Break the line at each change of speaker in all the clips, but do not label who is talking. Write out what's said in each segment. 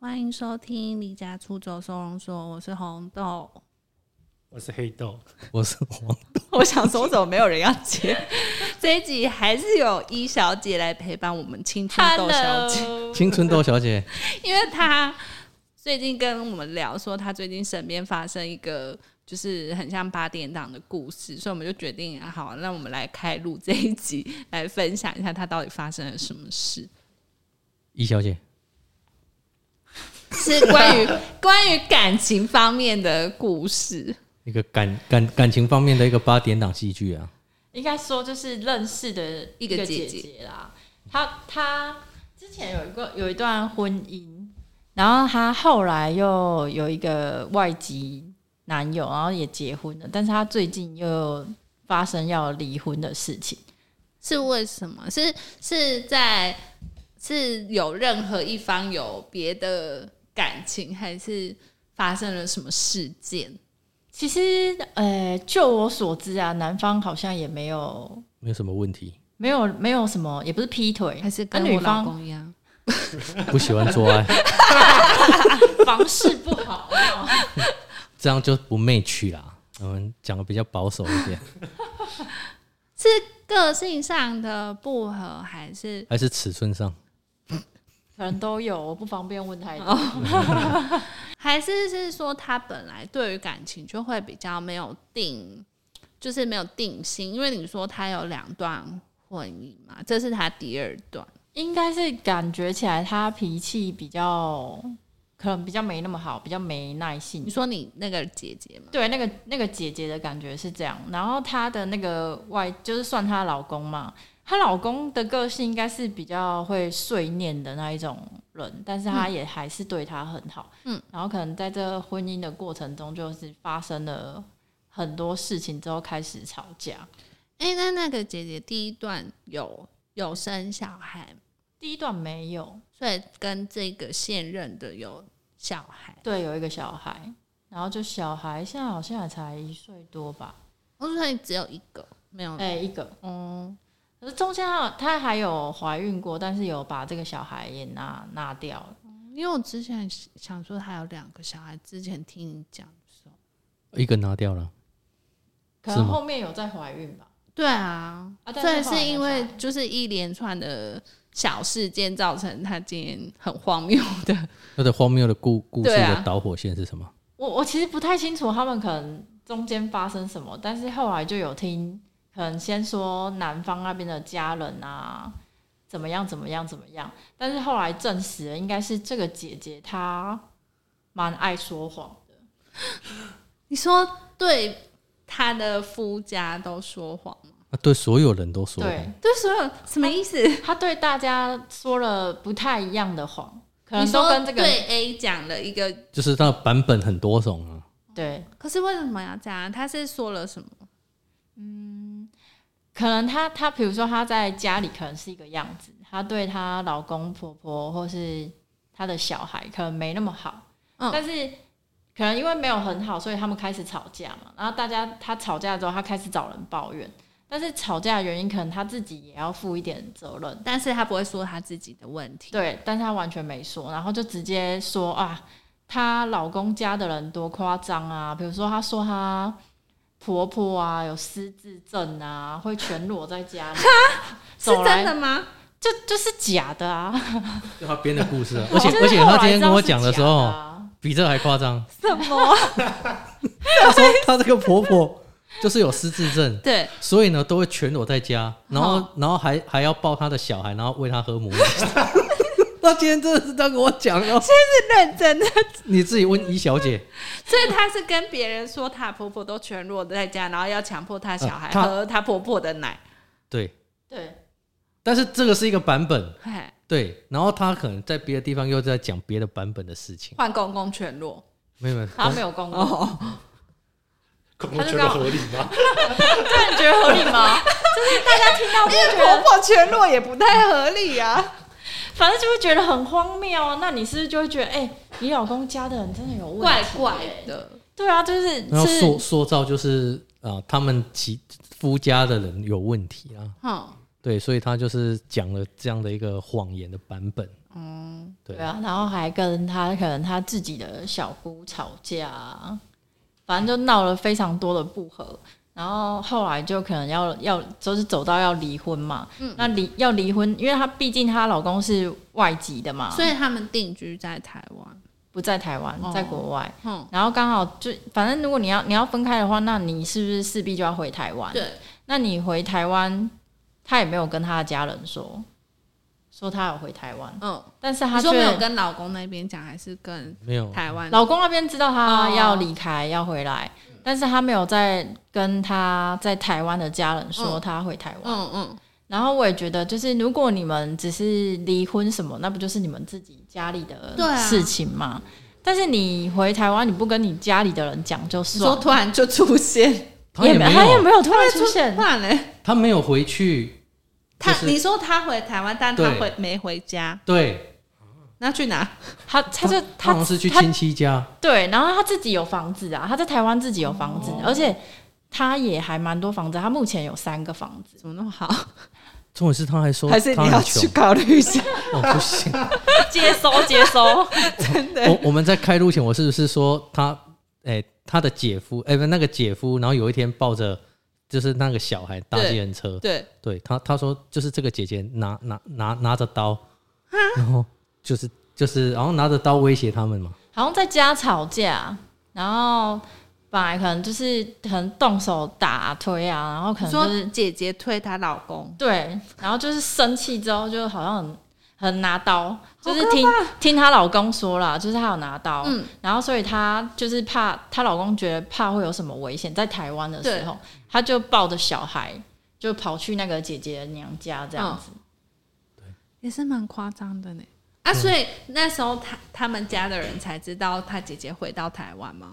欢迎收听《离家出走收容所》，我是红豆。
我是黑豆，
我是黄，
我想说，怎么没有人要接？ 这一集还是有一小姐来陪伴我们青春豆小姐，
青春豆小姐，
因为她最近跟我们聊说，她最近身边发生一个就是很像八点档的故事，所以我们就决定，啊、好，那我们来开录这一集，来分享一下她到底发生了什么事。
易小姐，
是关于 关于感情方面的故事。
一个感感感情方面的一个八点档戏剧啊，
应该说就是认识的
一
一
个
个
姐
姐
姐
姐啦。她她之前有一个有一段婚姻，然后她后来又有一个外籍男友，然后也结婚了，但是她最近又发生要离婚的事情。
是为什么？是是在是有任何一方有别的感情，还是发生了什么事件？
其实，呃，就我所知啊，男方好像也没有
没有什么问题，
没有没有什么，也不是劈腿，
还是
跟
跟
女
我老
方
公一样？
不喜欢做爱，
房事不好。
这样就不 match 啦。我们讲的比较保守一点，
是个性上的不合，还是
还是尺寸上，
可能都有，我不方便问太多。
还是是说他本来对于感情就会比较没有定，就是没有定心？因为你说他有两段婚姻嘛，这是他第二段。
应该是感觉起来他脾气比较，可能比较没那么好，比较没耐性
你。说你那个姐姐嘛，
对，那个那个姐姐的感觉是这样。然后她的那个外，就是算她老公嘛，她老公的个性应该是比较会碎念的那一种人，但是他也还是对她很好。
嗯，
然后可能在这婚姻的过程中，就是发生了很多事情之后开始吵架。
哎、那那个姐姐第一段有有生小孩，
第一段没有，
所以跟这个现任的有小孩，
对，有一个小孩，然后就小孩现在好像也才一岁多吧，
我说哦你只有一个，没有，
哎、一个。
哦、
可是中间她她还有怀孕过，但是有把这个小孩也拿拿掉了。
因为我之前想说她有两个小孩，之前听你讲的时候，
一个拿掉了，
可
是
能
吗
后面有再怀孕吧。
对啊，
啊但
这
是后来
是因
有
为
小孩
就是一连串的小事件造成她今天很荒谬 的，
它的荒谬的故故事
对啊
的导火线是什么？
我我其实不太清楚他们可能中间发生什么，但是后来就有听，可能先说男方那边的家人啊，怎么样怎么样怎么样，但是后来证实了，应该是这个姐姐她蛮爱说谎的。
你说对她的夫家都说谎吗？
那啊对所有人都说
对
谎，，
对，所有什么意思？
她对大家说了不太一样的谎，可
你
能都
说
跟这个
对 A 讲了一个
就是它的版本很多种啊，
对
可是为什么要这样？他是说了什么？
可能她她比如说她在家里可能是一个样子，她对她老公、婆婆或是她的小孩可能没那么好，
嗯
但是可能因为没有很好，所以他们开始吵架嘛。然后大家她吵架之后，她开始找人抱怨，但是吵架的原因可能她自己也要负一点责任，
但是他不会说他自己的问题。
对，但是她完全没说，然后就直接说啊，她老公家的人多夸张啊，比如说她说她婆婆啊有失智症啊，会全裸在家里，
是
走
真
来
的吗？
就就是假的啊，
就他编的故事啊，
哦
而且
就是
而且
后
他
来
今天
知道
跟我
是
讲的
假
时候，哦
啊
比这还夸张，
什么？
她说她这个婆婆就是有失智症，
对，
所以呢，都会全裸在家，然后、然后还还要抱他的小孩，然后喂他喝母乳。 他今天真的是这样跟我讲哦，
是认真的。
你自己问怡小姐，
所以他是跟别人说她婆婆都全裸在家，然后要强迫她小孩
嗯她
喝她婆婆的奶。
对，
对
但是这个是一个版本，
嗨，
对，然后他可能在别的地方又在讲别的版本的事情，
换公公全裸。
没有没有，
她没有公公，
哦，
恐
他
怖
就
觉得
刚好
合理吗？
那你 觉得合理吗？就是大家听到不
因为
觉
婆
得，
婆全裸也不太合理啊。
反正就会觉得很荒谬啊。那你是不是就会觉得，哎、你老公家的人真的有问题、
怪怪。的。
对啊，就是
然后塑
是，
塑造就是啊、呃他们其夫家的人有问题啊，
哼，
对，所以他就是讲了这样的一个谎言的版本。
嗯，
对
对啊，然后还跟他可能他自己的小姑吵架啊，反正就闹了非常多的不和。然后后来就可能要要就是走到要离婚嘛，
嗯
那离要离婚，因为她毕竟她老公是外籍的嘛，
所以他们定居在台湾。
不在台湾
哦，
在国外。
哼，
然后刚好就反正如果你要你要分开的话，那你是不是势必就要回台湾？
对，
那你回台湾，他也没有跟他的家人说，说他有回台湾，
嗯，
但是他
你说没有
却
跟老公那边讲，还是跟
没有，
台湾？
老公那边知道他
哦
要离开、要回来，但是他没有再跟他在台湾的家人说
嗯
他回台湾。
嗯嗯，
然后我也觉得，就是如果你们只是离婚什么，那不就是你们自己家里的
对啊
事情吗？但是你回台湾，你不跟你家里的人讲就
你
算
说
了，
突然就出 现，
他也没
他也
有，
没有突然出现
突，然嘞，
他没有回去。
他
就是
你说他回台湾，但他
对
回没回家，
对，
那去哪？
他他就
他
他
好像是去
他
亲戚家，
对，然后他自己有房子啊，他在台湾自己有房子，而且他也还蛮多房子，他目前有三个房子。
怎么那么好？
重点是他还说
还是
他
你要
很
去
穷，
考虑一下？
哦，不行，
接收接收，
我我们在开录前，我是不是说他，哎、他的姐夫，哎、不，那个姐夫，然后有一天抱着就是那个小孩搭
对
计程车，
对，
对他他说就是这个姐姐拿拿拿拿 着刀，然后就是就是然后拿着刀威胁他们嘛，
好像在家吵架，然后本来可能就是可能动手打推啊，然后可
你
能就
说
是
姐姐推她老公，
对，然后就是生气之后就好像很很拿刀，
好
就是听听她老公说啦，就是她有拿刀，
嗯
然后所以她就是怕她老公觉得怕会有什么危险，在台湾的
对
时候，她就抱着小孩就跑去那个姐姐娘家
嗯
这样子，
也是蛮夸张的呢。啊，所以那时候他他们家的人才知道他姐姐回到台湾吗？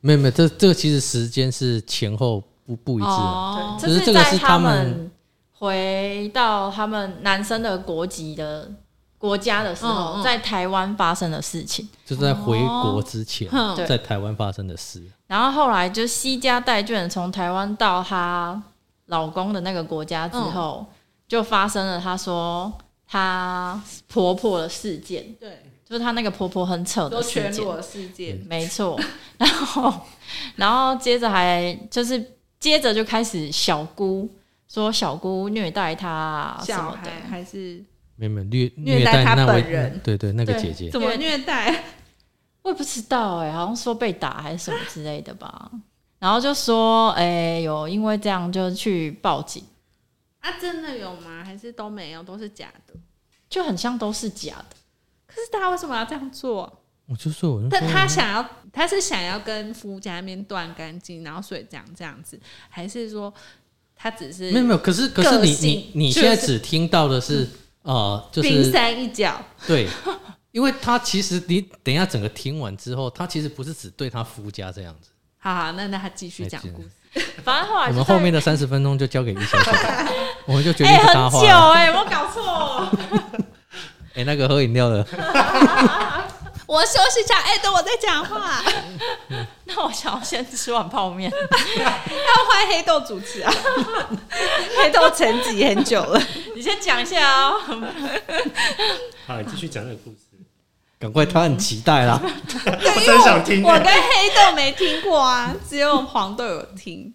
没有没有，这这个其实时间是前后不不一致、啊，
哦，
对，
只是
这
这个
在
是
他
他们
们回到他们男生的国籍的国家的时候，
嗯嗯
在台湾发生的事情。
就是在回国之前，
哦哼
对
在台湾发生的事，
然后后来就西家带眷从台湾到她老公的那个国家之后，
嗯
就发生了她说她婆婆的事件，
对，
就是她那个婆婆很扯的
都
事
全
件，
裸世界，
嗯
没错。 然后然后接着还就是接着就开始小姑说小姑虐待她啊什
小
么的
孩，还是
没有没有虐
虐待
待
他
那位
本人
对对那个
对
姐姐，
怎么虐待？
我也不知道哎、好像说被打还是什么之类的吧。 然后就说，哎、有因为这样就去报警。
啊，真的有吗？还是都没有，都是假的？
就很像都是假的。
可是他为什么要这样做？
我就说我就
但
说
他想要，他是想要跟夫家那边断干净，然后所以讲这样子，还是说他只是
没有没有，可是可是
个
你
性
你你
就
现在
是
只听到的是呃，就
冰
是
山一角？
对，因为他其实你等一下整个听完之后，他其实不是只对他夫家这样子。
好好，那那他继续讲故事。
反正后来
我
啊就
们
在
后面的三十分钟就交给于先生，我们就决定
哎、
不搭
很
话
久
了。
哎、有我搞错。
哎、那个喝饮料的，
我休息一下，哎、等我再讲 话。
那我想要先吃碗泡面。
要换黑豆主持啊， 黑豆沉寂很久 了。
你先讲一下哦。
好，你继续讲这个故事。
赶快，他很期待啦。
我真想听
我
欸
跟黑豆没听过啊，只有黄豆有 听。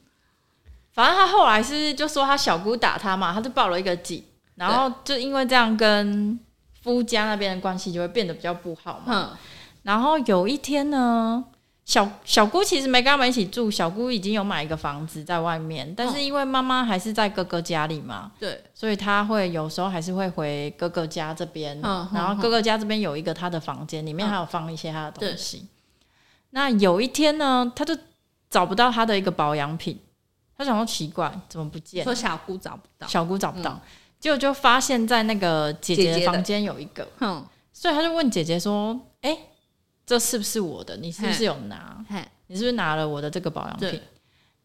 反正他后来是就说他小姑打他嘛，他就报了一个警，然后就因为这样跟夫家那边的关系就会变得比较不好嘛。
嗯，
然后有一天呢，小小姑其实没跟他们一起住，小姑已经有买一个房子在外面，
哦
但是因为妈妈还是在哥哥家里嘛，
对，
所以他会有时候还是会回哥哥家这边，
嗯
然
嗯
后哥哥家这边有一个他的房间，里面还有放一些他的
对
东西。那有一天呢，他就找不到他的一个保养品，他想说奇怪，怎么不见？
说小姑找不到。
小姑找不到，结果就发现在那个姐
姐
姐
姐
的
的
房间有一个，
哼，
所以他就问姐姐说：“哎、这是不是我的？你是不是有拿？
嘿，
你是不是拿了我的这个保养品
对？”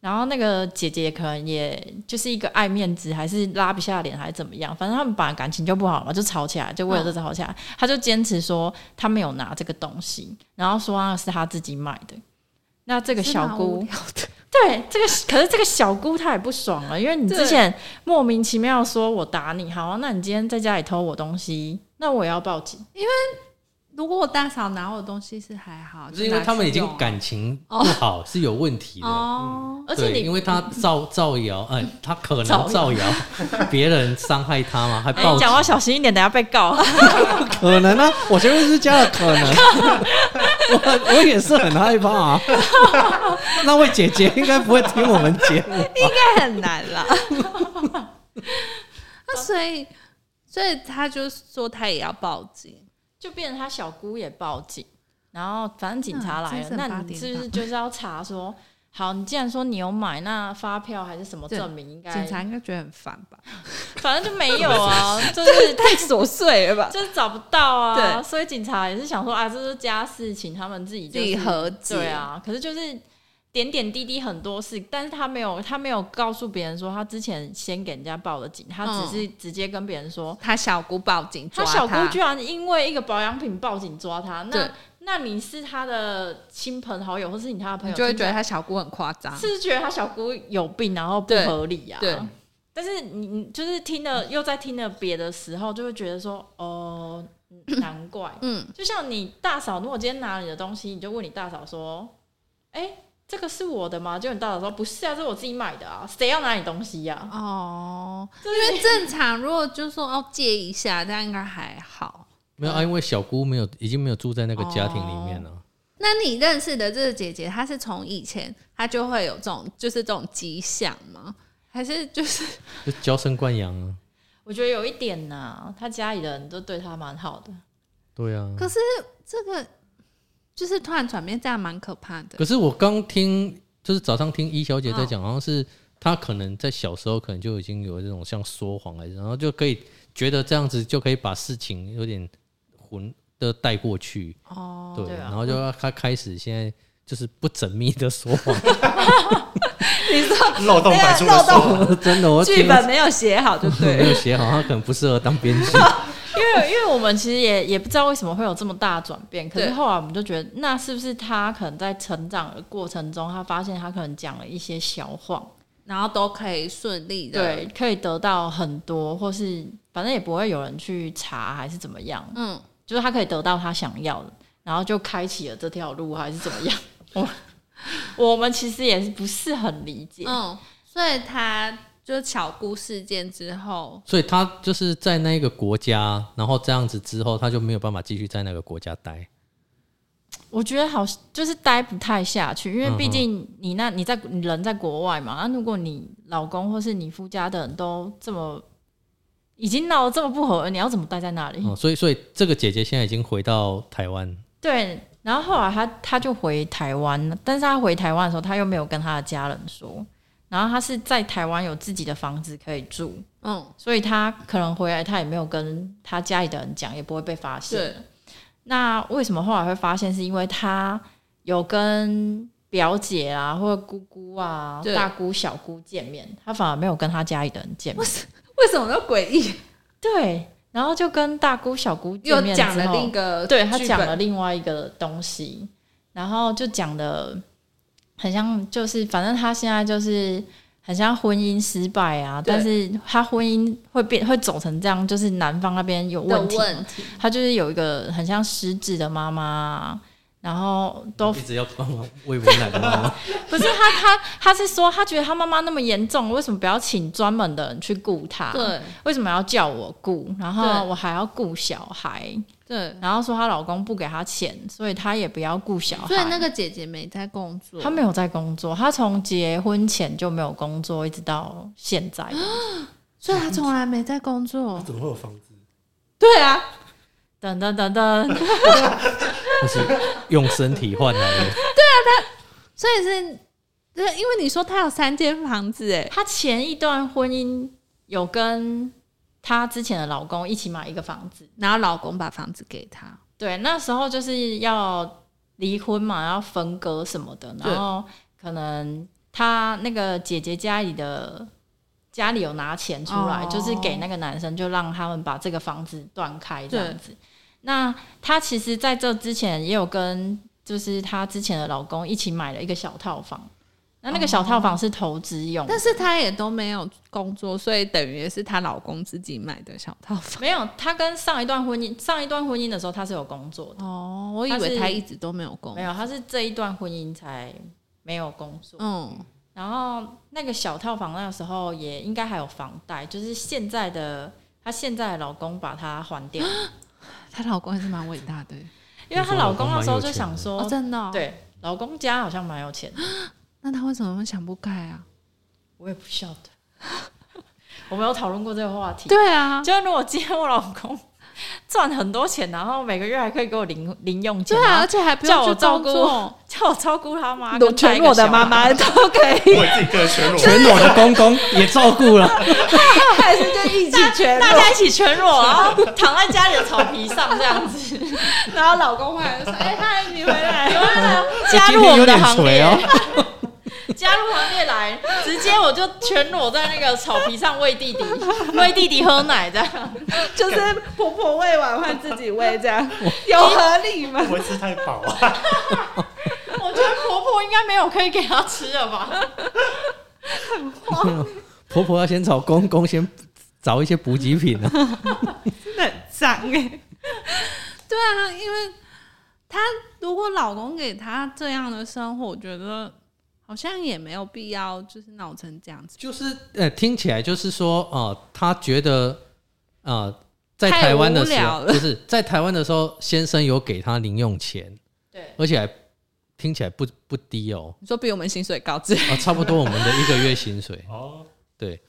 然后那个姐姐可能也就是一个爱面子，还是拉不下脸，还是怎么样，反正他们本来感情就不好嘛，就吵起来，就为了这吵起来。他就坚持说他没有拿这个东西，然后说那是他自己买的。那这个小姑，对这个，可是这个小姑她也不爽了，因为你之
对
前莫名其妙说我打你，好、啊，那你今天在家里偷我东西，那我也要报警。
如果我大嫂拿我东西是还好，
是因为他们已经
改
感情不好，是有问题的。
啊哦，
而且
嗯对，
你
因为他造造谣，哎、他可能
造
造谣别人伤害他嘛，还
哎，
报
你讲话
警，
小心一点，等下被告。
可能啊，我前面是加了 可能，我我也是很害怕啊。那位姐姐应该不会听我们节目，
应该很难 啦。 那所以，所以他就说他也要报警，
就变成他小姑也报警，然后反正警察来了，
嗯真是
那
八
你
点
是不是就是要查说，好，你既然说你有买，那发票还是什么
对
证明应该？
警察应该觉得很烦吧？
反正就没有啊，就 是
太琐碎了吧？
就是找不到啊，
对
所以警察也是想说啊，这是家事情，他们自己就
自己
是
和解
对，啊，可是就是点点滴滴很多事，但是他没有他没有告诉别人说他之前先给人家报了警，他只
嗯
是直接跟别人说，
他小姑报警抓
他小姑居然因为一个保养品报警抓他，那
对
那你是他的亲朋好友，或是你他的朋
你
友，
就会觉得他小姑很夸张
听起来。是不是觉得他小姑有病，然后不
对
合理呀、啊。
对，
但是你你就是听了又在听了别的时候，就会觉得说哦，难怪。
嗯，
就像你大嫂，如果今天拿你的东西，你就问你大嫂说：“哎、这个是我的吗？”就你大嫂说：“不是啊，这是我自己买的啊，谁要拿你东西呀、
哦，
就
因为
是
正常如果就说哦借一下，这样应该还好。
没有啊，因为小姑没有已经没有住在那个家庭里面了。
哦那你认识的这个姐姐，她是从以前她就会有这种就是这种迹象吗？还是就是
就娇生惯养啊，
我觉得有一点呐、他家里人都对他蛮好的。
对啊。
可是这个就是突然转变，这样蛮可怕的。
可是我刚听，就是早上听一小姐在讲，好像是她可能在小时候可能就已经有这种像说谎啊还是，然后就可以觉得这样子就可以把事情有点混的带过去，
哦，
对，
对啊
然后就要她开始现在就是不缜密的说谎，
你说
漏洞百出的说，
真的我
剧
听
本没有写好 就
我
对
没有
了。
写好，她可能不适合当编 剧，
因为因为我们其实也也不知道为什么会有这么大的转变，可是
对
后来我们就觉得，那是不是他可能在成长的过程中，他发现他可能讲了一些小谎，
然后都可以顺利的，
对，，可以得到很多，或是反正也不会有人去查还是怎么样，
嗯，
就是他可以得到他想要的，然后就开启了这条路还是怎么样。我 我们其实也是不是很理解，
嗯，所以他就巧姑事件之后，
所以她就是在那个国家，然后这样子之后，她就没有办法继续在那个国家待。
我觉得好就是待不太下去，因为
嗯嗯
毕竟你那你在你人在国外嘛，那、啊如果你老公或是你夫家的人都这么已经闹得这么不合，你要怎么待在那里？
嗯，所以所以这个姐姐现在已经回到台湾，
对，然后后来他他就回台湾了，但是他回台湾的时候，他又没有跟他的家人说，然后他是在台湾有自己的房子可以住，
嗯，
所以他可能回来他也没有跟他家里的人讲，也不会被发现。
对，
那为什么后来会发现？是因为他有跟表姐啊，或者姑姑啊、
对
大姑、小姑见面，他反而没有跟他家里的人见面。
为什么那么诡异？
对，然后就跟大姑、小姑
又
见面
讲
之
了
后
另一个，
对他讲了，另外一个东西，然后就讲的很像，就是反正他现在就是很像婚姻失败啊，
对
但是他婚姻会变会走成这样，就是男方那边有
的
问题，
问题，
他就是有一个很像失智的妈妈，然后都
一直要 哦帮忙喂母奶的妈妈。
不是他他他是说他觉得他妈妈那么严重，为什么不要请专门的人去顾他？，
对
为什么要叫我顾？然后
对
我还要顾小孩，
对，
然后说她老公不给她钱，所以她也不要顾小孩。
所以那个姐姐没在工作，
她没有在工作，她从结婚前就没有工作，一直到 现在。
所以她从来没在工作，
怎么会有房子？
对啊，
等等等等，
那是用身体换来 的。
所以是。对，因为你说她有三间房子，哎，
她前一段婚姻有跟她之前的老公一起买一个房子，
然后老公把房子给她，
对，那时候就是要离婚嘛，要分割什么的，然后可能。她那个姐姐家里的家里有拿钱出来，
哦
就是给那个男生，就让他们把这个房子断开
对
这样子。那她其实在这之前也有跟就是她之前的老公一起买了一个小套房，那那个小套房是投资用的
但哦是她也都没有工作，所以等于也是她老公自己买的小套房。
没有，她跟上一段婚姻，上一段婚姻的时候她是有工作的，
哦，我以
她
为
是
她一直都没有工
没
作。
有，她是这一段婚姻才没有工作。
嗯，
然后那个小套房那时候也应该还有房贷，就是现在的她现在的老公把她还掉，
她老公还是蛮伟大的
因为她老公那时候就想说，
哦，真的、哦。，
对，老公家好像蛮有钱的，
那她为什么想不开啊？
我也不晓得， 我们有讨论过这个话题。
对啊，
就是如果今天我老公赚很多钱，然后每个月还可以给我零零用钱，
对
然
啊，
后
而且还不
叫
用
我
去
照
工
顾
作。，
叫我照顾他
裸
妈，跟带
全
一个
裸的
小
妈
孩
妈都 可以，
我自己个人全裸，
全裸的公公也照顾了，
还是就一起全
大家一起全裸，然后躺在家里的草皮上这 样子，
然后老公回来就说：“哎、嗨，你回来了。
加入
今
我
天有
们的
点
行
垂
列，
哦，
加入行列来，直接我就全裸在那个草皮上喂弟弟，喂弟弟喝奶这样。”
就是婆婆喂完换自己喂， 这样有合理吗
会？不会吃太饱啊？，
我觉得婆婆应该没有可以给她吃的吧？
哦 婆婆要先找公公先找一些补给品啊，
真的很脏哎、对啊，因为她如果老公给她这样的生活，我觉得好像也没有必要，就是闹成这样子。
就是呃，听起来就是说，哦、她觉得，呃，在
太
台湾的时
无聊
候，
了
不是在台湾的时候，先生有给她零用钱，
对，
而且还听起来不不低哦，
你说比我们薪水高之类，
啊，差不多我们的一个月薪水
哦，
对。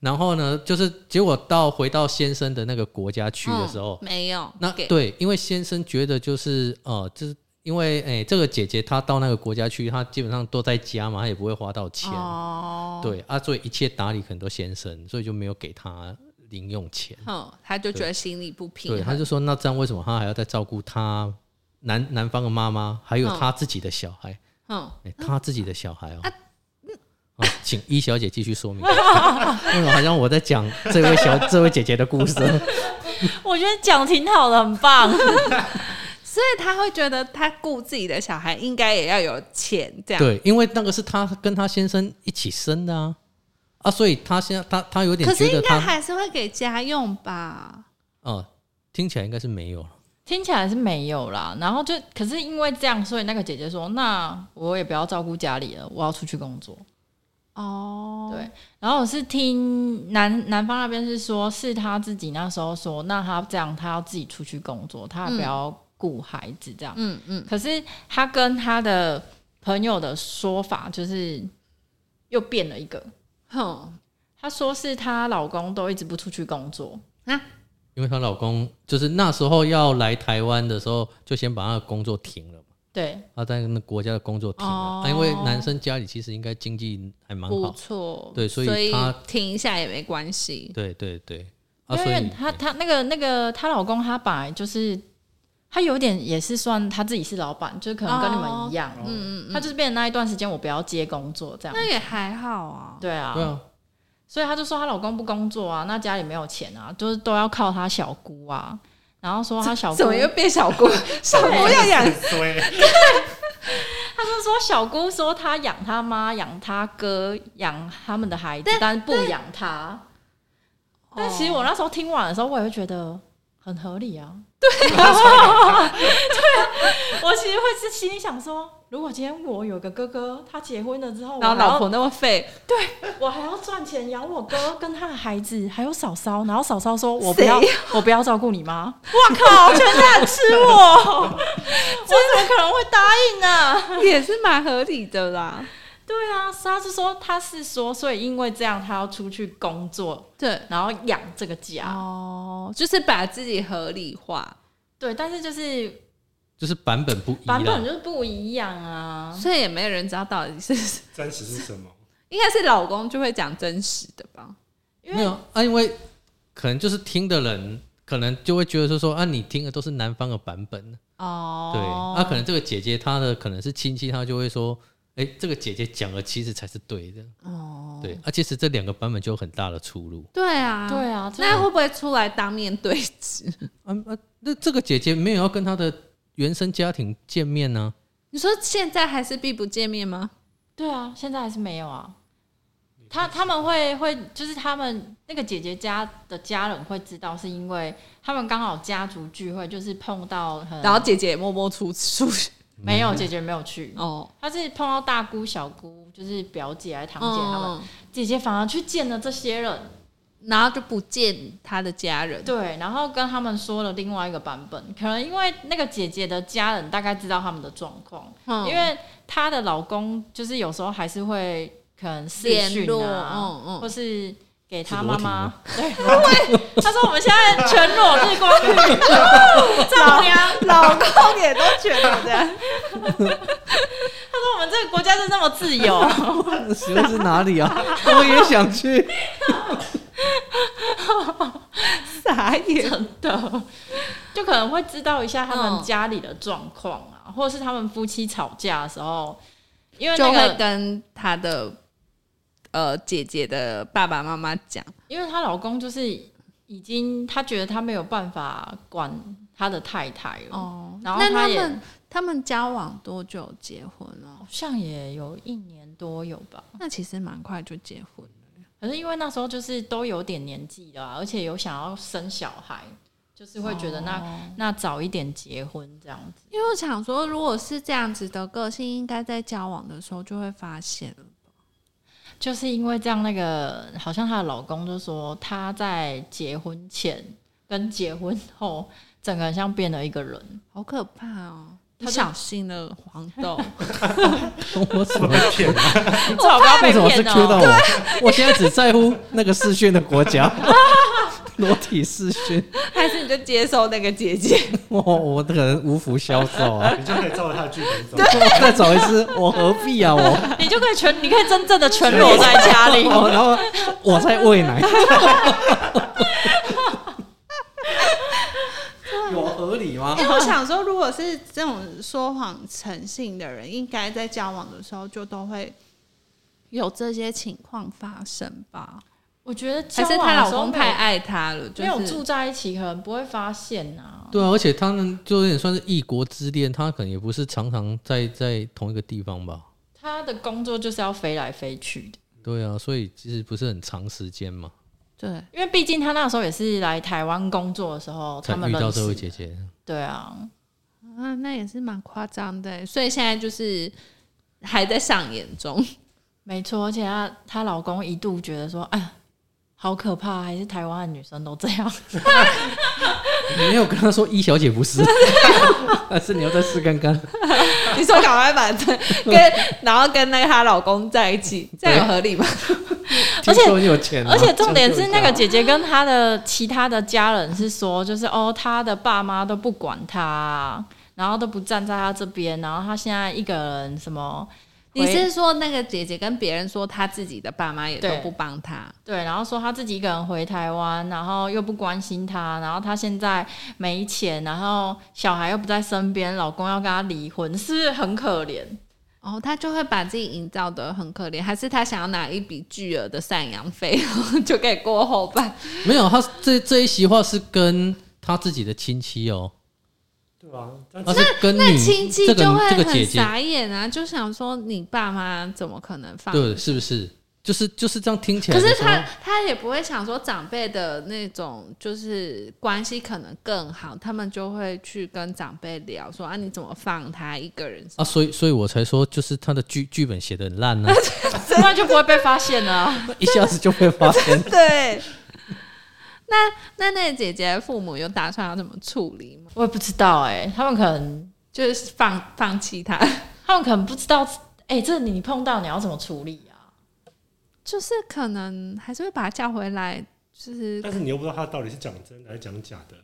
然后呢，就是结果到回到先生的那个国家去的时候，
嗯没有
那
给
对，因为先生觉得就是呃，就是因为哎、这个姐姐她到那个国家去，她基本上都在家嘛，她也不会花到钱，
哦，
对啊，所以一切打理可能都先生，所以就没有给她零用钱。
哼，她就觉得心里不平
对，
衡，
他就说那这样为什么她还要再照顾她男男方的妈妈，还有
嗯
她自己的小孩？
哼，
哎、她自己的小孩哦。啊，请一小姐继续说明，为 什么好像我在讲这位小这位姐姐的故事？
我觉得讲挺好的，很棒。
所以她会觉得她顾自己的小孩应该也要有钱这样。
对，因为那个是她跟她先生一起生的啊，啊，所以她现在她她有点
可是
觉得
应该
她，
还是会给家用吧？
呃，听起来应该是没有了，
听起来是没有啦，然后就可是因为这样，所以那个姐姐说：“那我也不要照顾家里了，我要出去工作。”
哦，
对，然后我是听 男男方那边是说，是他自己那时候说，那他这样他要自己出去工作，他不要顾孩子这样。
嗯嗯，
可是他跟他的朋友的说法就是又变了一个，
哼，
他说是她老公都一直不出去工作，
因为她老公就是那时候要来台湾的时候，就先把她的工作停了嘛，
对，
她在那国家的工作停了、
哦
啊因为男生家里其实应该经济还蛮
不
好，
错，
对所
所
以他
停一下也没关系。
对对对，啊，
因
所以
为她她那个那个她老公他本来就是。他有点也是算他自己是老板，就是可能跟你们一样，
哦
嗯嗯
他就是变成那一段时间我不要接工作这样，
那也还好啊。
对啊，
嗯对啊，
所以她就说她老公不工作啊，那家里没有钱啊，就是都要靠她小姑啊。然后说她小姑，
怎么又变小 姑？小姑要养
对，
她就说小姑说她养她妈、养她哥、养他们的孩子，但不养她。哦但其实我那时候听完的时候，我也会觉得很合理啊。 对啊，对，我其实会是心里想说，如果今天我有个哥哥，他结婚了之后，
然后
我还要
老婆那么废，
我还要赚钱养我哥跟他的孩子，还有嫂嫂。然后嫂嫂说：“我不
谁
要，我不要照顾你妈。”我靠，全家人吃我， 我怎么可能会答应呢、啊？
也是蛮合理的啦。
对啊，他是说他是说，所以因为这样，他要出去工作，
对，
然后养这个家。
哦，就是把自己合理化，
对，但是就是
就是版本不一
版本
样，
就是不一样啊。
所以也没有人知道到底是，
真实是什么？
应该是老公就会讲真实的吧？
因
没
为
有啊，因为可能就是听的人，可能就会觉得说说啊，你听的都是男方的版本，对，啊
哦，
那、可能这个姐姐她的可能是亲戚，她就会说哎、这个姐姐讲的其实才是对的，
哦，
对。啊，其实这两个版本就有很大的出入。
对啊，
对啊，这
那会不会出来当面对质？
啊啊，那这个姐姐没有要跟她的原生家庭见面 呢、
你说现在还是避不见面吗？
对啊，现在还是没有啊。他他们会会就是他们那个姐姐家的家人会知道，是因为他们刚好家族聚会，就是碰到很
然后姐姐也默默出出
没有姐姐没有去，
哦，
她是碰到大姑小姑，就是表姐还是堂姐他们，
嗯
姐姐反而去见了这些人，
然后就不见他的家人。
对，然后跟他们说了另外一个版本，可能因为那个姐姐的家人大概知道他们的状况，
嗯
因为她的老公就是有时候还是会可能视
联
讯
络，
啊，
嗯
或
嗯，
是给他
是
妈
裸体
妈
吗。
对，他说我们现在全裸日光浴，丈量。
老公也都觉得这样，
他说我们这个国家就这么自由，
那学的是哪里啊？ 我也想去。
傻 眼。
真的，就可能会知道一下他
嗯
们家里的状况啊，或者是他们夫妻吵架的时候，因为
就会
那个，
跟他的呃姐姐的爸爸妈妈讲，
因为她老公就是已经，她觉得他没有办法管他的太太了，
哦
然后
那
他
他
也
们他们交往多久结婚了
好？像也有一年多有吧。
那其实蛮快就结婚了。
可是因为那时候就是都有点年纪了啊、而且有想要生小孩，就是会觉得那、
哦
那早一点结婚这样子。
因为我想说，如果是这样子的个性，应该在交往的时候就会发现了。
就是因为这样，那个好像她的老公就说她在结婚前跟结婚后，整个人像变了一个人。
好可怕哦！
他
不
就
小心了，黄豆。
我怎么
被骗了，
你最好不要被
为什么是
骗
Q 到
哦、
我？ 我现在只在乎那个视讯的国家， 裸体视讯，
还是你就接受那个姐姐？
我我可能无福消 受啊！
你就可以照着他的剧本走。
我再走一次，我何必啊我？
你就可以全，你可以真正的全裸在家里。
我然后我在喂 奶， 有合理吗
因为我想说，如果是这种说谎成性的人，应该在交往的时候就都会有这些情况发生吧？
我觉得
还
交
是
往
她
的
老
时候
公
没
太爱她了？就
有没有
是
住在一起，可能不会发现啊。
对啊，而且他们就有点算是异国之恋，他可能也不是常常在在同一个地方吧。
她的工作就是要飞来飞去的。
对啊，所以其实不是很长时间嘛，
对，
因为毕竟他那时候也是来台湾工作的时候，
才
他们
遇到
认
这位
识。
姐姐。
对啊，
啊，那也是蛮夸张的。欸所以现在就是还在上演中，
没错，而且她她老公一度觉得说，哎呀，好可怕，还是台湾的女生都这 样。
啊你没有跟他说一小姐不 是，但是你要再试看看。
你说赶快把这跟然后跟那个她老公在一起，这样有合理吗？
而且
听说你有钱啊、
而且重点是，那个
姐
姐姐跟她的其他的家人是说，就是哦，她的爸妈都不管她，然后都不站在她这边，然后她现在一个人什么回，
你是说那个姐姐跟别人说她自己的爸妈也都
对
不帮她？
对，然后说她自己一个人回台湾，然后又不关心她，然后她现在没钱，然后小孩又不在身边，老公要跟她离婚，是不是很可怜？
哦，她就会把自己营造的很可怜，还是她想要拿一笔巨额的赡养费， 然后就给过后半？
没有，她这这一席话是跟她自己的亲戚哦，
对吧？但
她是跟
那
女
亲戚
这
就
个
会
这个姐
很
姐，
傻眼啊，就想说你爸妈怎么可能放
对，是不是？就是就是这样听起来
可
的时候。
是他他也不会想说长辈的那种就是关系可能更好，他们就会去跟长辈聊说啊你怎么放他一个人？
啊，所以所以我才说，就是她的剧剧本写的很烂呢、啊
这样就不会被发现了啊。
一下子就被发 现。
对。那那那个姐姐的父母有打算要怎么处理吗？
我也不知道哎、他们可能
就是放放弃他，
他们可能不知道，哎、这你碰到你要怎么处理啊？
就是可能还是会把他叫回来，就是
但
呃
是你又不知道他到底是讲真的还是讲假的。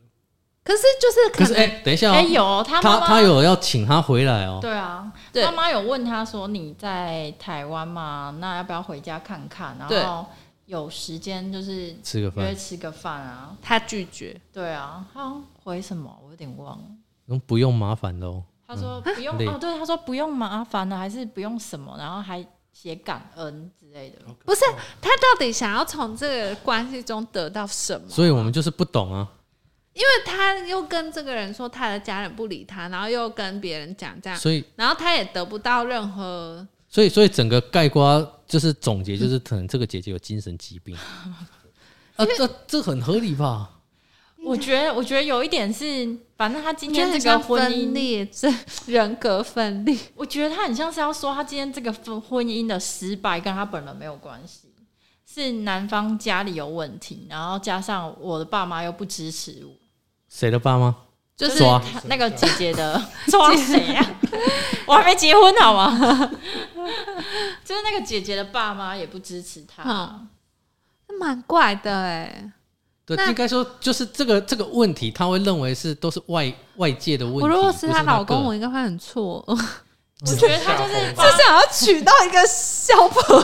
可是就是
可
可
是
能
哎、等一下、哦，
哎、有他妈
他
妈
他有要请他回来哦。
对啊，
对
妈妈有问他说你在台湾嘛，那要不要回家看看？
对
然后有时间就是
吃个
约
饭，
吃个饭啊。
他拒绝，
哦
对啊，他好像回什么我有点忘了，
嗯不用麻烦喽。
他说不用
累
哦，对，他说不用麻烦了，啊还是不用什么，然后还写感恩之类的。
不是他到底想要从这个关系中得到什么？
所以我们就是不懂啊。
因为他又跟这个人说他的家人不理他，然后又跟别人讲这样，
所以，
然后他也得不到任何
所以，所以整个盖瓜就是总结，就是可能这个姐姐有精神 疾病。啊，这这很合理吧？
嗯
我觉得，我觉得有一点是，反正他今天这
这个
个婚
分
姻，
裂症、人格分裂。
我觉得他很像是要说，他今天这个婚婚姻的失败跟他本人没有关系，是男方家里有问题，然后加上我的爸妈又不支持我，
谁的爸妈？
就是
抓
他那个姐 姐的抓谁呀、我还没结婚好吗？ 就是那个姐姐的爸妈也不支持他，
嗯蛮怪的哎、
对，
那
应该说就是这个这个问题，他会认为是都是外外界的问题。
我如果
不是
是她老公，
那个
我应该会很错愕，
我觉得他就是
就想要娶到一个小婆。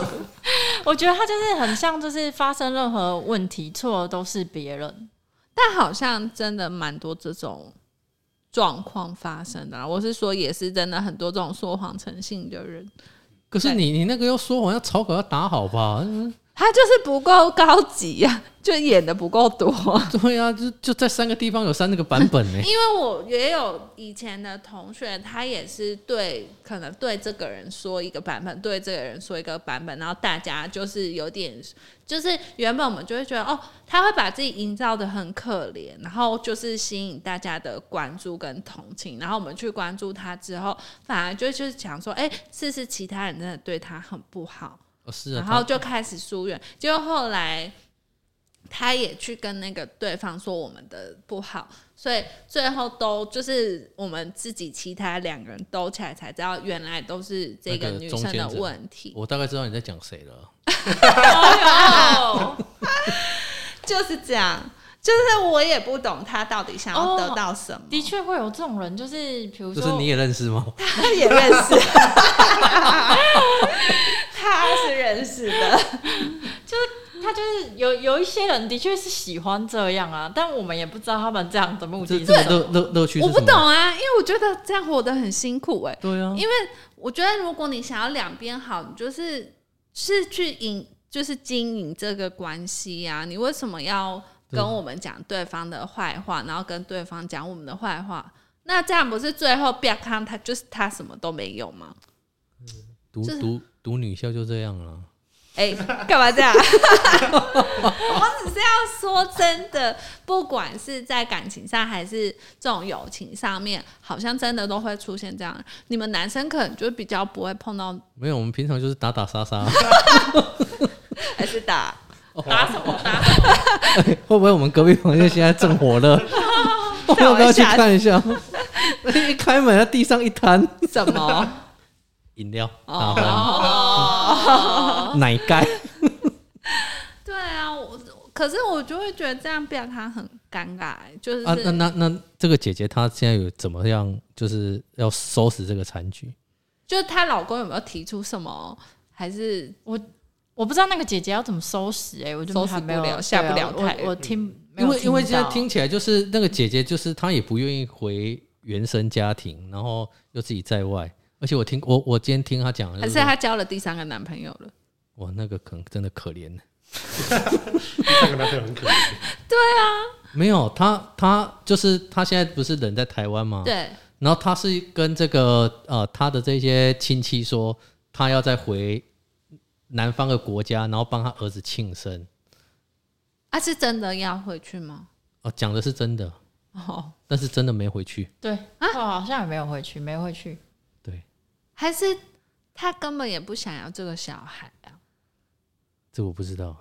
我觉得他就是很像，就是发生任何问题，错的都是别人。
但好像真的蛮多这种状况发生的啦。我是说，也是真的很多这种说谎成性的人，
可是你你那个要说谎要草稿要打好吧？嗯
他就是不够高级呀、就演的不够多。
对啊，就就在三个地方有三个版本 呢、
因为我也有以前的同学，他也是对可能对这个人说一个版本，对这个人说一个版本，然后大家就是有点，就是原本我们就会觉得哦，他会把自己营造的很可怜，然后就是吸引大家的关注跟同情，然后我们去关注他之后，反而就就是想说，哎，是不是其他人真的对他很不好？
哦是啊，
然后就开始疏远，结果后来他也去跟那个对方说我们的不好，所以最后都就是我们自己其他两个人兜起来才知道，原来都是这个
那个
女
中
生的
间者
问题，
我大概知道你在讲谁了。
哎
哦，
就是这样。就是我也不懂他到底想要
哦
得到什么，
的确会有这种人，就是比如
就是
说
你，也认识吗？
他也认 识，他是认识 的，
他就是有有一些人的确是喜欢这样啊，但我们也不知道他们这样的目的
这
是
这个
什么。
乐乐乐趣是
我
什
不
么？
懂啊，因为我觉得这样活得很辛苦哎、
对啊，
因为我觉得，如果你想要两边好，你就是是去营，就是经营这个关系呀、你为什么要跟我们讲对方的坏话，然后跟对方讲我们的坏话？那这样不是最后不要看他，就是他什么都没有 吗？
读
就是
读读女校就这样了。
哎、干嘛这样？我只是要说真的，不管是在感情上还是这种友情上面，好像真的都会出现这样。你们男生可能就比较不会碰到，
没有，我们平常就是打打杀杀，
还是打
打什么打什么？
会不会我们隔壁房间现在正火热？ 我们要不要去看一下？一开门，它地上一滩
什么？
饮料，
哦
打
哦，
翻奶盖。
对啊，我可是我就会觉得这样表他很尴尬、欸就是、
啊，那那那这个姐姐她现在有怎么样？就是要收拾这个残局。
就是她老公有没有提出什么，还是
我不知道那个姐姐要怎么收拾哎、我就
收拾
还没有
不了下不了
对啊
台
我我听，没
嗯因
有
为因为
到
现在听起来就是那个姐姐，就是她也不愿意回原生家庭，然后又自己在外。而且我听我我今天听她讲的
还
就是是说，
她交了第三个男朋友了？
哇，那个可能真的可怜。
这个男朋友很可怜，
没有，她她就是她现在不是人在台湾吗？
对，
然后他是跟这个呃他的这些亲戚说，他要再回南方的国家，然后帮他儿子庆生。
啊，是真的要回去吗？
哦，讲的是真的，
哦，
但是真的没回去。
对，啊、好像也没有回去，没回去。
对，
还是她根本也不想要这个小孩啊？
这我不知道。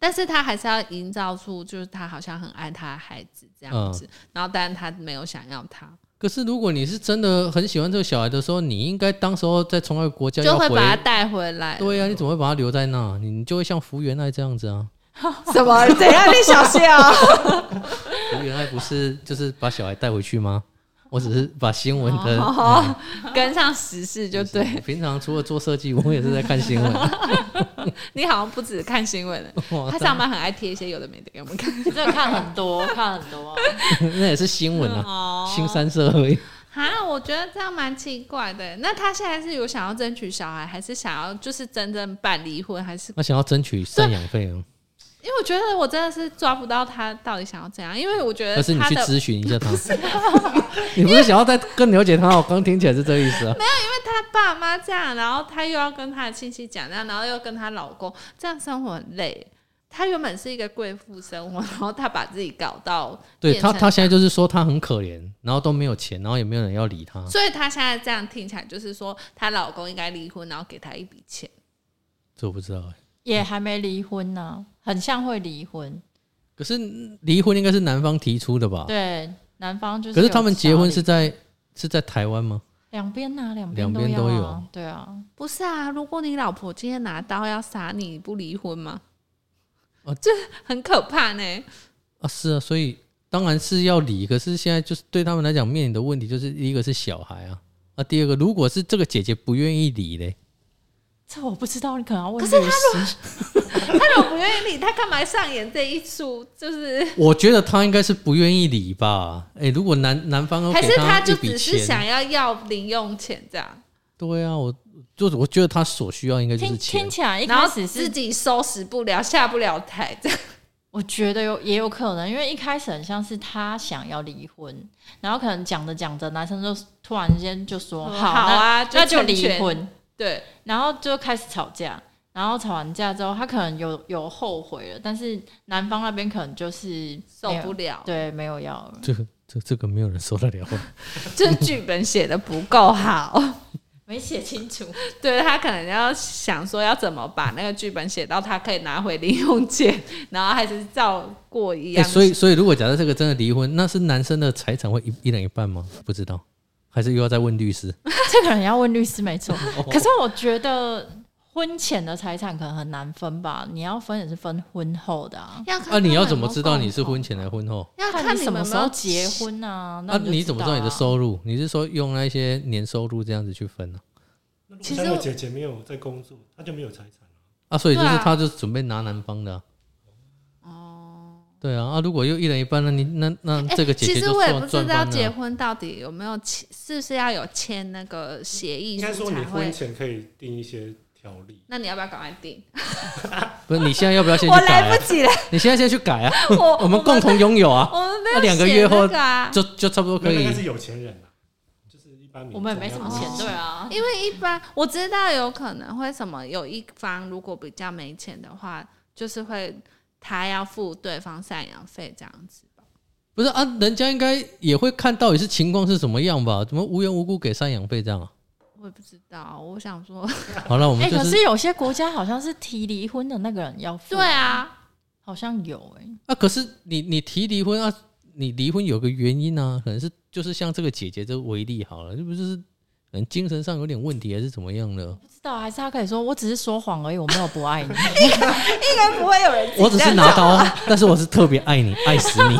但是她还是要营造出，就是她好像很爱她的孩子这样子，
嗯
然后但是她没有想要他，
可是如果你是真的很喜欢这个小孩的时候，你应该当时候在从外国家
就
要
会
回。
把他带回来。
对呀、啊，你怎么会把他留在那？你你就会像福原爱这样 子啊。
什么？怎样？你小心啊！
福原爱不是就是把小孩带回去吗？我只是把新闻的、
哦，跟上时事就对。
我平常除了做设计，我也是在看 新闻。
你好像不止看新闻 了，
哇
他上班很爱贴一些有的没的给我们看。
这个看很多，看很多啊、
那也是新闻啊，
哦
新三社而已。
啊，我觉得这样蛮奇怪的。那他现在是有想要争取小孩，还是想要就是真正办离婚，还是
那想要争取赡养费哦，
因为我觉得我真的是抓不到他到底想要怎样，因为我觉
但
得
是你
他
去
的
咨询一下他， 你不是想要再更了解他？我刚听起来是这个意思啊。
他爸妈这样，然后他又要跟他的亲戚讲那样，然后又跟她老公这样生活很累。她原本是一个贵妇生活，然后她把自己搞到
对
变
他，
成
他现在就是说他很可怜，然后都没有钱，然后也没有人要理他。
所以她现在这样听起来就是说，她老公应该离婚，然后给她一笔钱。
这我不知道欸、
也还没离婚呢、很像会离婚。
可是离婚应该是男方提出的吧？
对，男方就是。
哦可是他们结婚是在是在台湾吗？
两边呐，两
两边
边
都
要啊
有。
对啊，
不是啊，如果你老婆今天拿刀要杀你，你不离婚吗？
哦
这很可怕呢。
啊，是啊，所以当然是要理。可是现在就是对他们来讲面临的问题就是，第一个是小孩啊，啊，第二个如果是这个姐姐不愿意理嘞，
这我不知道，你可能要问
可
律
是
师。
她如果不愿意理，她干嘛上演这一出？就是
我觉得她应该是不愿意理吧？哎、如果男男方要
还
给
是她
她一
就
笔
只是
钱
想，要要零用钱这样，
对啊，我就是我觉得她所需要应该就
听
是钱
听。起来一
然后
开始
自
是，
己收拾不了，下不了台这样。
我觉得有也有可能，因为一开始很像是他想要离婚，然后可能讲着讲着，男生就突然间就说：“
嗯
好，
好啊
那那
就
就
成
离
全
婚。”
对，
然后就开始吵架，然后吵完架之后，他可能有有后悔了，但是男方那边可能就是
受
没有
不了，
对，没有要了，
这个这这个没有人受得了啊。
就是剧本写的不够好。
没写清楚。
对他可能要想说要怎么把那个剧本写到他可以拿回零用钱，然后还是照过一
哎、
样。
所以所以如果假设这个真的离婚，那是男生的财产会一一人一半吗？不知道，还是又要再问律师？
这可能要问律师，没 错。
哦
可是我觉得婚前的财产可能很难分吧，你要分也是分婚后的啊，
要看他
那、
们
你
有
要
没有
怎么知道
共
你是
同
婚前还是婚后？
要
看
看
你什
们
么
有
时
没
候
有
结婚啊。
那、
那就
你怎么知道你的
啊？
收入？你是说用那些年收入这样子去分啊呢、
那如
其
果
实
像我
我
姐姐没有在工作，她就没有财产了。
啊？所以就是
对啊
他就准备拿男方的、啊。
哦。
对啊，啊，如果又一人一半，那你那那
哎
这个姐
其
姐
实
就
我也不
赚
知
赚
道
翻
结
了啊。
婚到底有没有签，是不是要有签那个协议
应该
书
说你
才
婚
会？
前可以定一些条例，
那你要不要赶快订？
不是，你现在要不要先去
我来
改、啊
不？及了，
你现在先去改啊！
我
我们共同拥有啊，
我们没
那
有
两个
写
月后
那啊，
就就差不多可
那应
以
该。是有钱人啦，就是一般民
我们也
众
没什么
要
钱
自，己
对啊。
因为一般我知道有可能会什么，有一方如果比较没钱的话，就是会他要付对方赡养费这样子吧。
不是啊，人家应该也会看到底是情况是什么样吧？怎么无缘无故给赡养费这样啊？
我也不知道，我想说，
好了，我们
哎、
就
可
是
是有些国家好像是提离婚的那个人要付，
对，啊，
好像有哎、
啊，可是你你提离婚啊，你离婚有个原因啊，可能是就是像这个姐姐这为例好了，是不是可能精神上有点问题还是怎么样的？
不知道还是他可以说我只是说谎而已，我没有不爱你。
应该不会有人
我只是拿刀啊，但是我是特别爱你，爱死 你。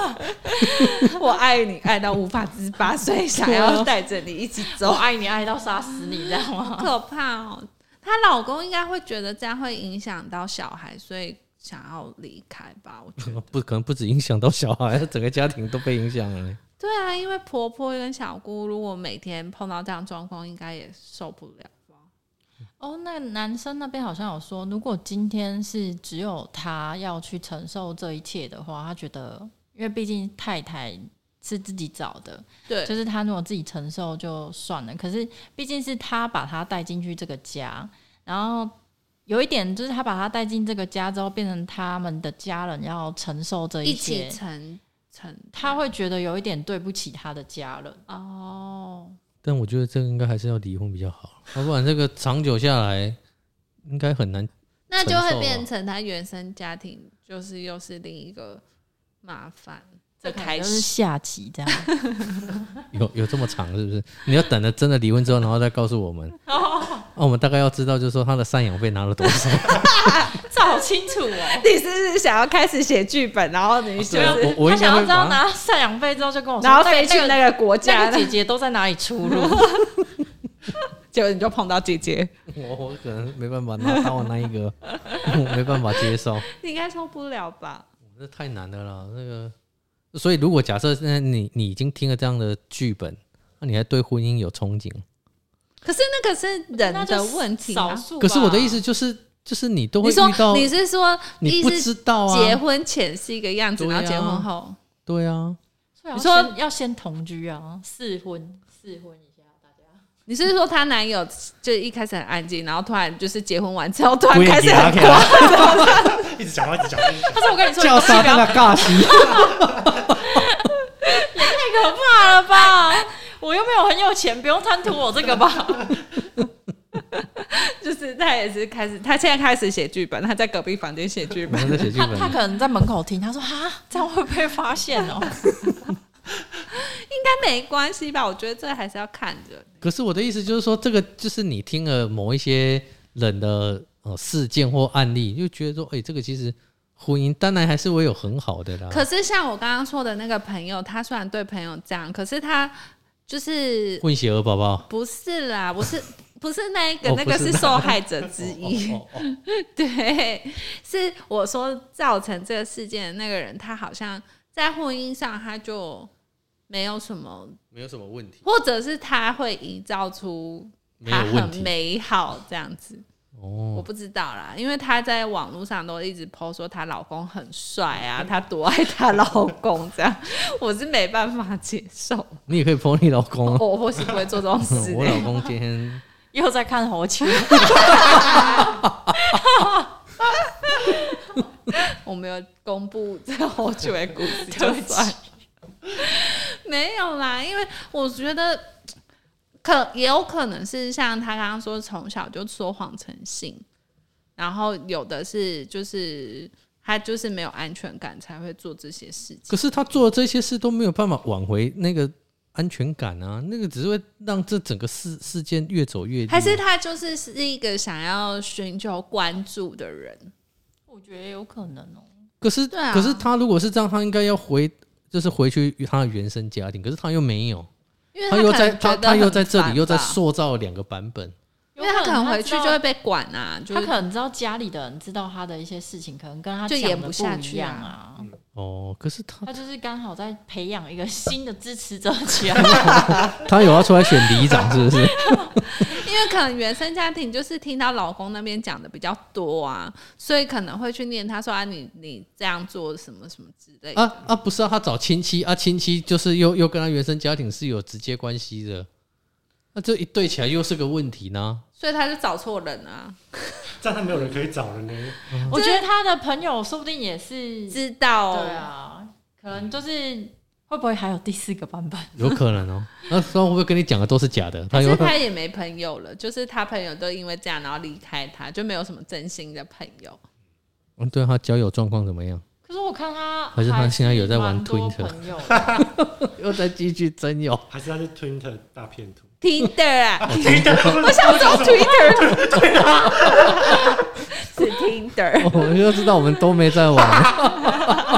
我爱你爱到无法自拔，所以想要带着你一起
我
走，
爱你爱到杀死你，知道
好
吗？
可怕哦。她老公应该会觉得这样会影响到小孩，所以想要离开吧？我 觉得
不可能不止影响到小孩，哦整个家庭都被影响了。
对啊，因为婆婆跟小姑如果每天碰到这样状况，应该也受不了吧。
哦，那男生那边好像有说，如果今天是只有他要去承受这一切的话，他觉得，因为毕竟太太是自己找的，
对，
就是他如果自己承受就算了，可是毕竟是他把他带进去这个家，然后有一点就是他把他带进这个家之后，变成他们的家人要承受这
一
些
起，成成
他会觉得有一点对不起他的家人。
哦，
但我觉得这个应该还是要离婚比较好，要不然这个长久下来应该很难。
那就
承受
会
啊
变成他原生家庭就是又是另一个麻烦的
可能
开
就是
始。
下集这样。
有有这么长是不是？你要等了真的离婚之后，然后再告诉我们。那、我们大概要知道，就是说他的赡养费拿了多少。
这好清楚哦。
你是不是想要开始写剧本，然后你
对啊我 我
他
应该
想要
会
知道
把它
拿赡养费之后就跟我说，
然后
那个
飞去
那
那个国
那
家
个，姐姐都在哪里出入？
结果你 就碰到姐姐，
我我可能没办法拿到那一个， 我没办法接受，
你应该受不了吧？
这太难了啦。那个，所以如果假设现在你你已经听了这样的剧本，那、你还对婚姻有憧憬？
可是那个是 人的问题
少
啊。
数吧。
可是我的意思就是，就是你都会
你
遇到
说，你是说，
你
意
不
思
知道啊，
结婚前是一个样子，
对啊
然后结婚后，
对 啊，
所以
你
你
说
说要先同居啊，试婚试婚一下，大家
你是说她男友就一开始很安静，然后突然就是结婚完之后突然
不会
开始
给他
很
给他
乖，
一直讲话，一直讲话，一直讲话
但是我 跟你说，
叫
你
啥
不
跟
要
他尬戏？
太可怕了吧？ 我又没有很有钱，不用贪图我这个吧？
就是她也是开始，她现在开始写剧本，她在隔壁房间写剧
我
本。
们在写剧
他
本
他
啊，
可能在门口听，他说哈，这样会被发现哦、
应该没关系吧？我觉得这还是要看人。
可是我的意思就是说，这个就是你听了某一些人的呃事件或案例，就觉得说，哎、这个其实婚姻当然还是会有很好的啦。
可是像我刚刚说的那个朋友，他虽然对朋友这样，可是他就是
混血儿宝宝，
不是啦，不是不是那一个，
哦
那
不
个
是
是受害者之一。
哦哦哦
对，是我说造成这个事件的那个人，他好像在婚姻上他就没有什么，
没有什么问题，
或者是他会营造出
没
他
有问
很
题
美好这样子。我
哦。
不知道啦，因为她在网络上都一直 po 说她老公很帅
哦
啊，她多爱她老公这样，我是没办法接受，
你也可以捧你老公啊，
我或许不会做这种事、
我老公今天
又在看猴球，
我没有公布这个后续的故事，
对
就
不起
算没有啦，因为我觉得可也有可能是像他刚刚说，从小就说谎成性，然后有的是就是他就是没有安全感才会做这些事情。
可是他做的这些事都没有办法挽回那个安全感啊，那个只是会让这整个事事件越走越烈
还是他就是是一个想要寻求关注的人，
我觉得有可能哦、
可是，
对啊
可是他如果是这样，他应该要回，就是回去他的原生家庭。可是他又没有，
因为
又
可能
在他
觉得
他又
很
在这
烦
里又在
吧，
塑造两个版本。
因为他可能回去就
有
会被管啊，就
可
是
能他知道，他可能知道家里的人知道他的一些事情，可能跟他
就
讲
演
的
不下
一
去
样
啊
啊。
哦，可是 他
他就是刚好在培养一个新的支持者起来，
啊他有要出来选里长 是不是？
因为可能原生家庭就是听到老公那边讲的比较多啊，所以可能会去念他说啊，你你这样做什么什么之类的。
啊啊，不是啊，他找亲戚啊，亲戚就是又又跟他原生家庭是有直接关系的。那这一对起来又是个问题呢？
所以他就找错人啊，
这样他没有人可以找了呢。
我觉得他的朋友说不定也是，
知道、
对啊，可能就是会不会还有第四个版本？
有可能哦。那时候会不会跟你讲的都是假的？他
可
有
是他也没朋友了，就是他朋友都因为这样然后离开他，就没有什么真心的朋友。
嗯，对他交友状况怎么样？
可是我看他
还是他现在有在玩
还是蛮多
Twitter
朋友的
又在继续真友。
还是他是 Twitter 大骗徒？
Tinder 啊， 我想说 Twitter，是啊 Tinder。
我们就知道我们都没在玩。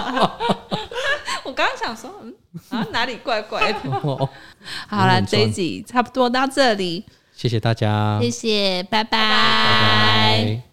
我刚刚想说，嗯，啊哪里怪怪的。
哦
好了，
很
这一集差不多到这里，
谢谢大家，
谢谢，拜拜
拜
拜。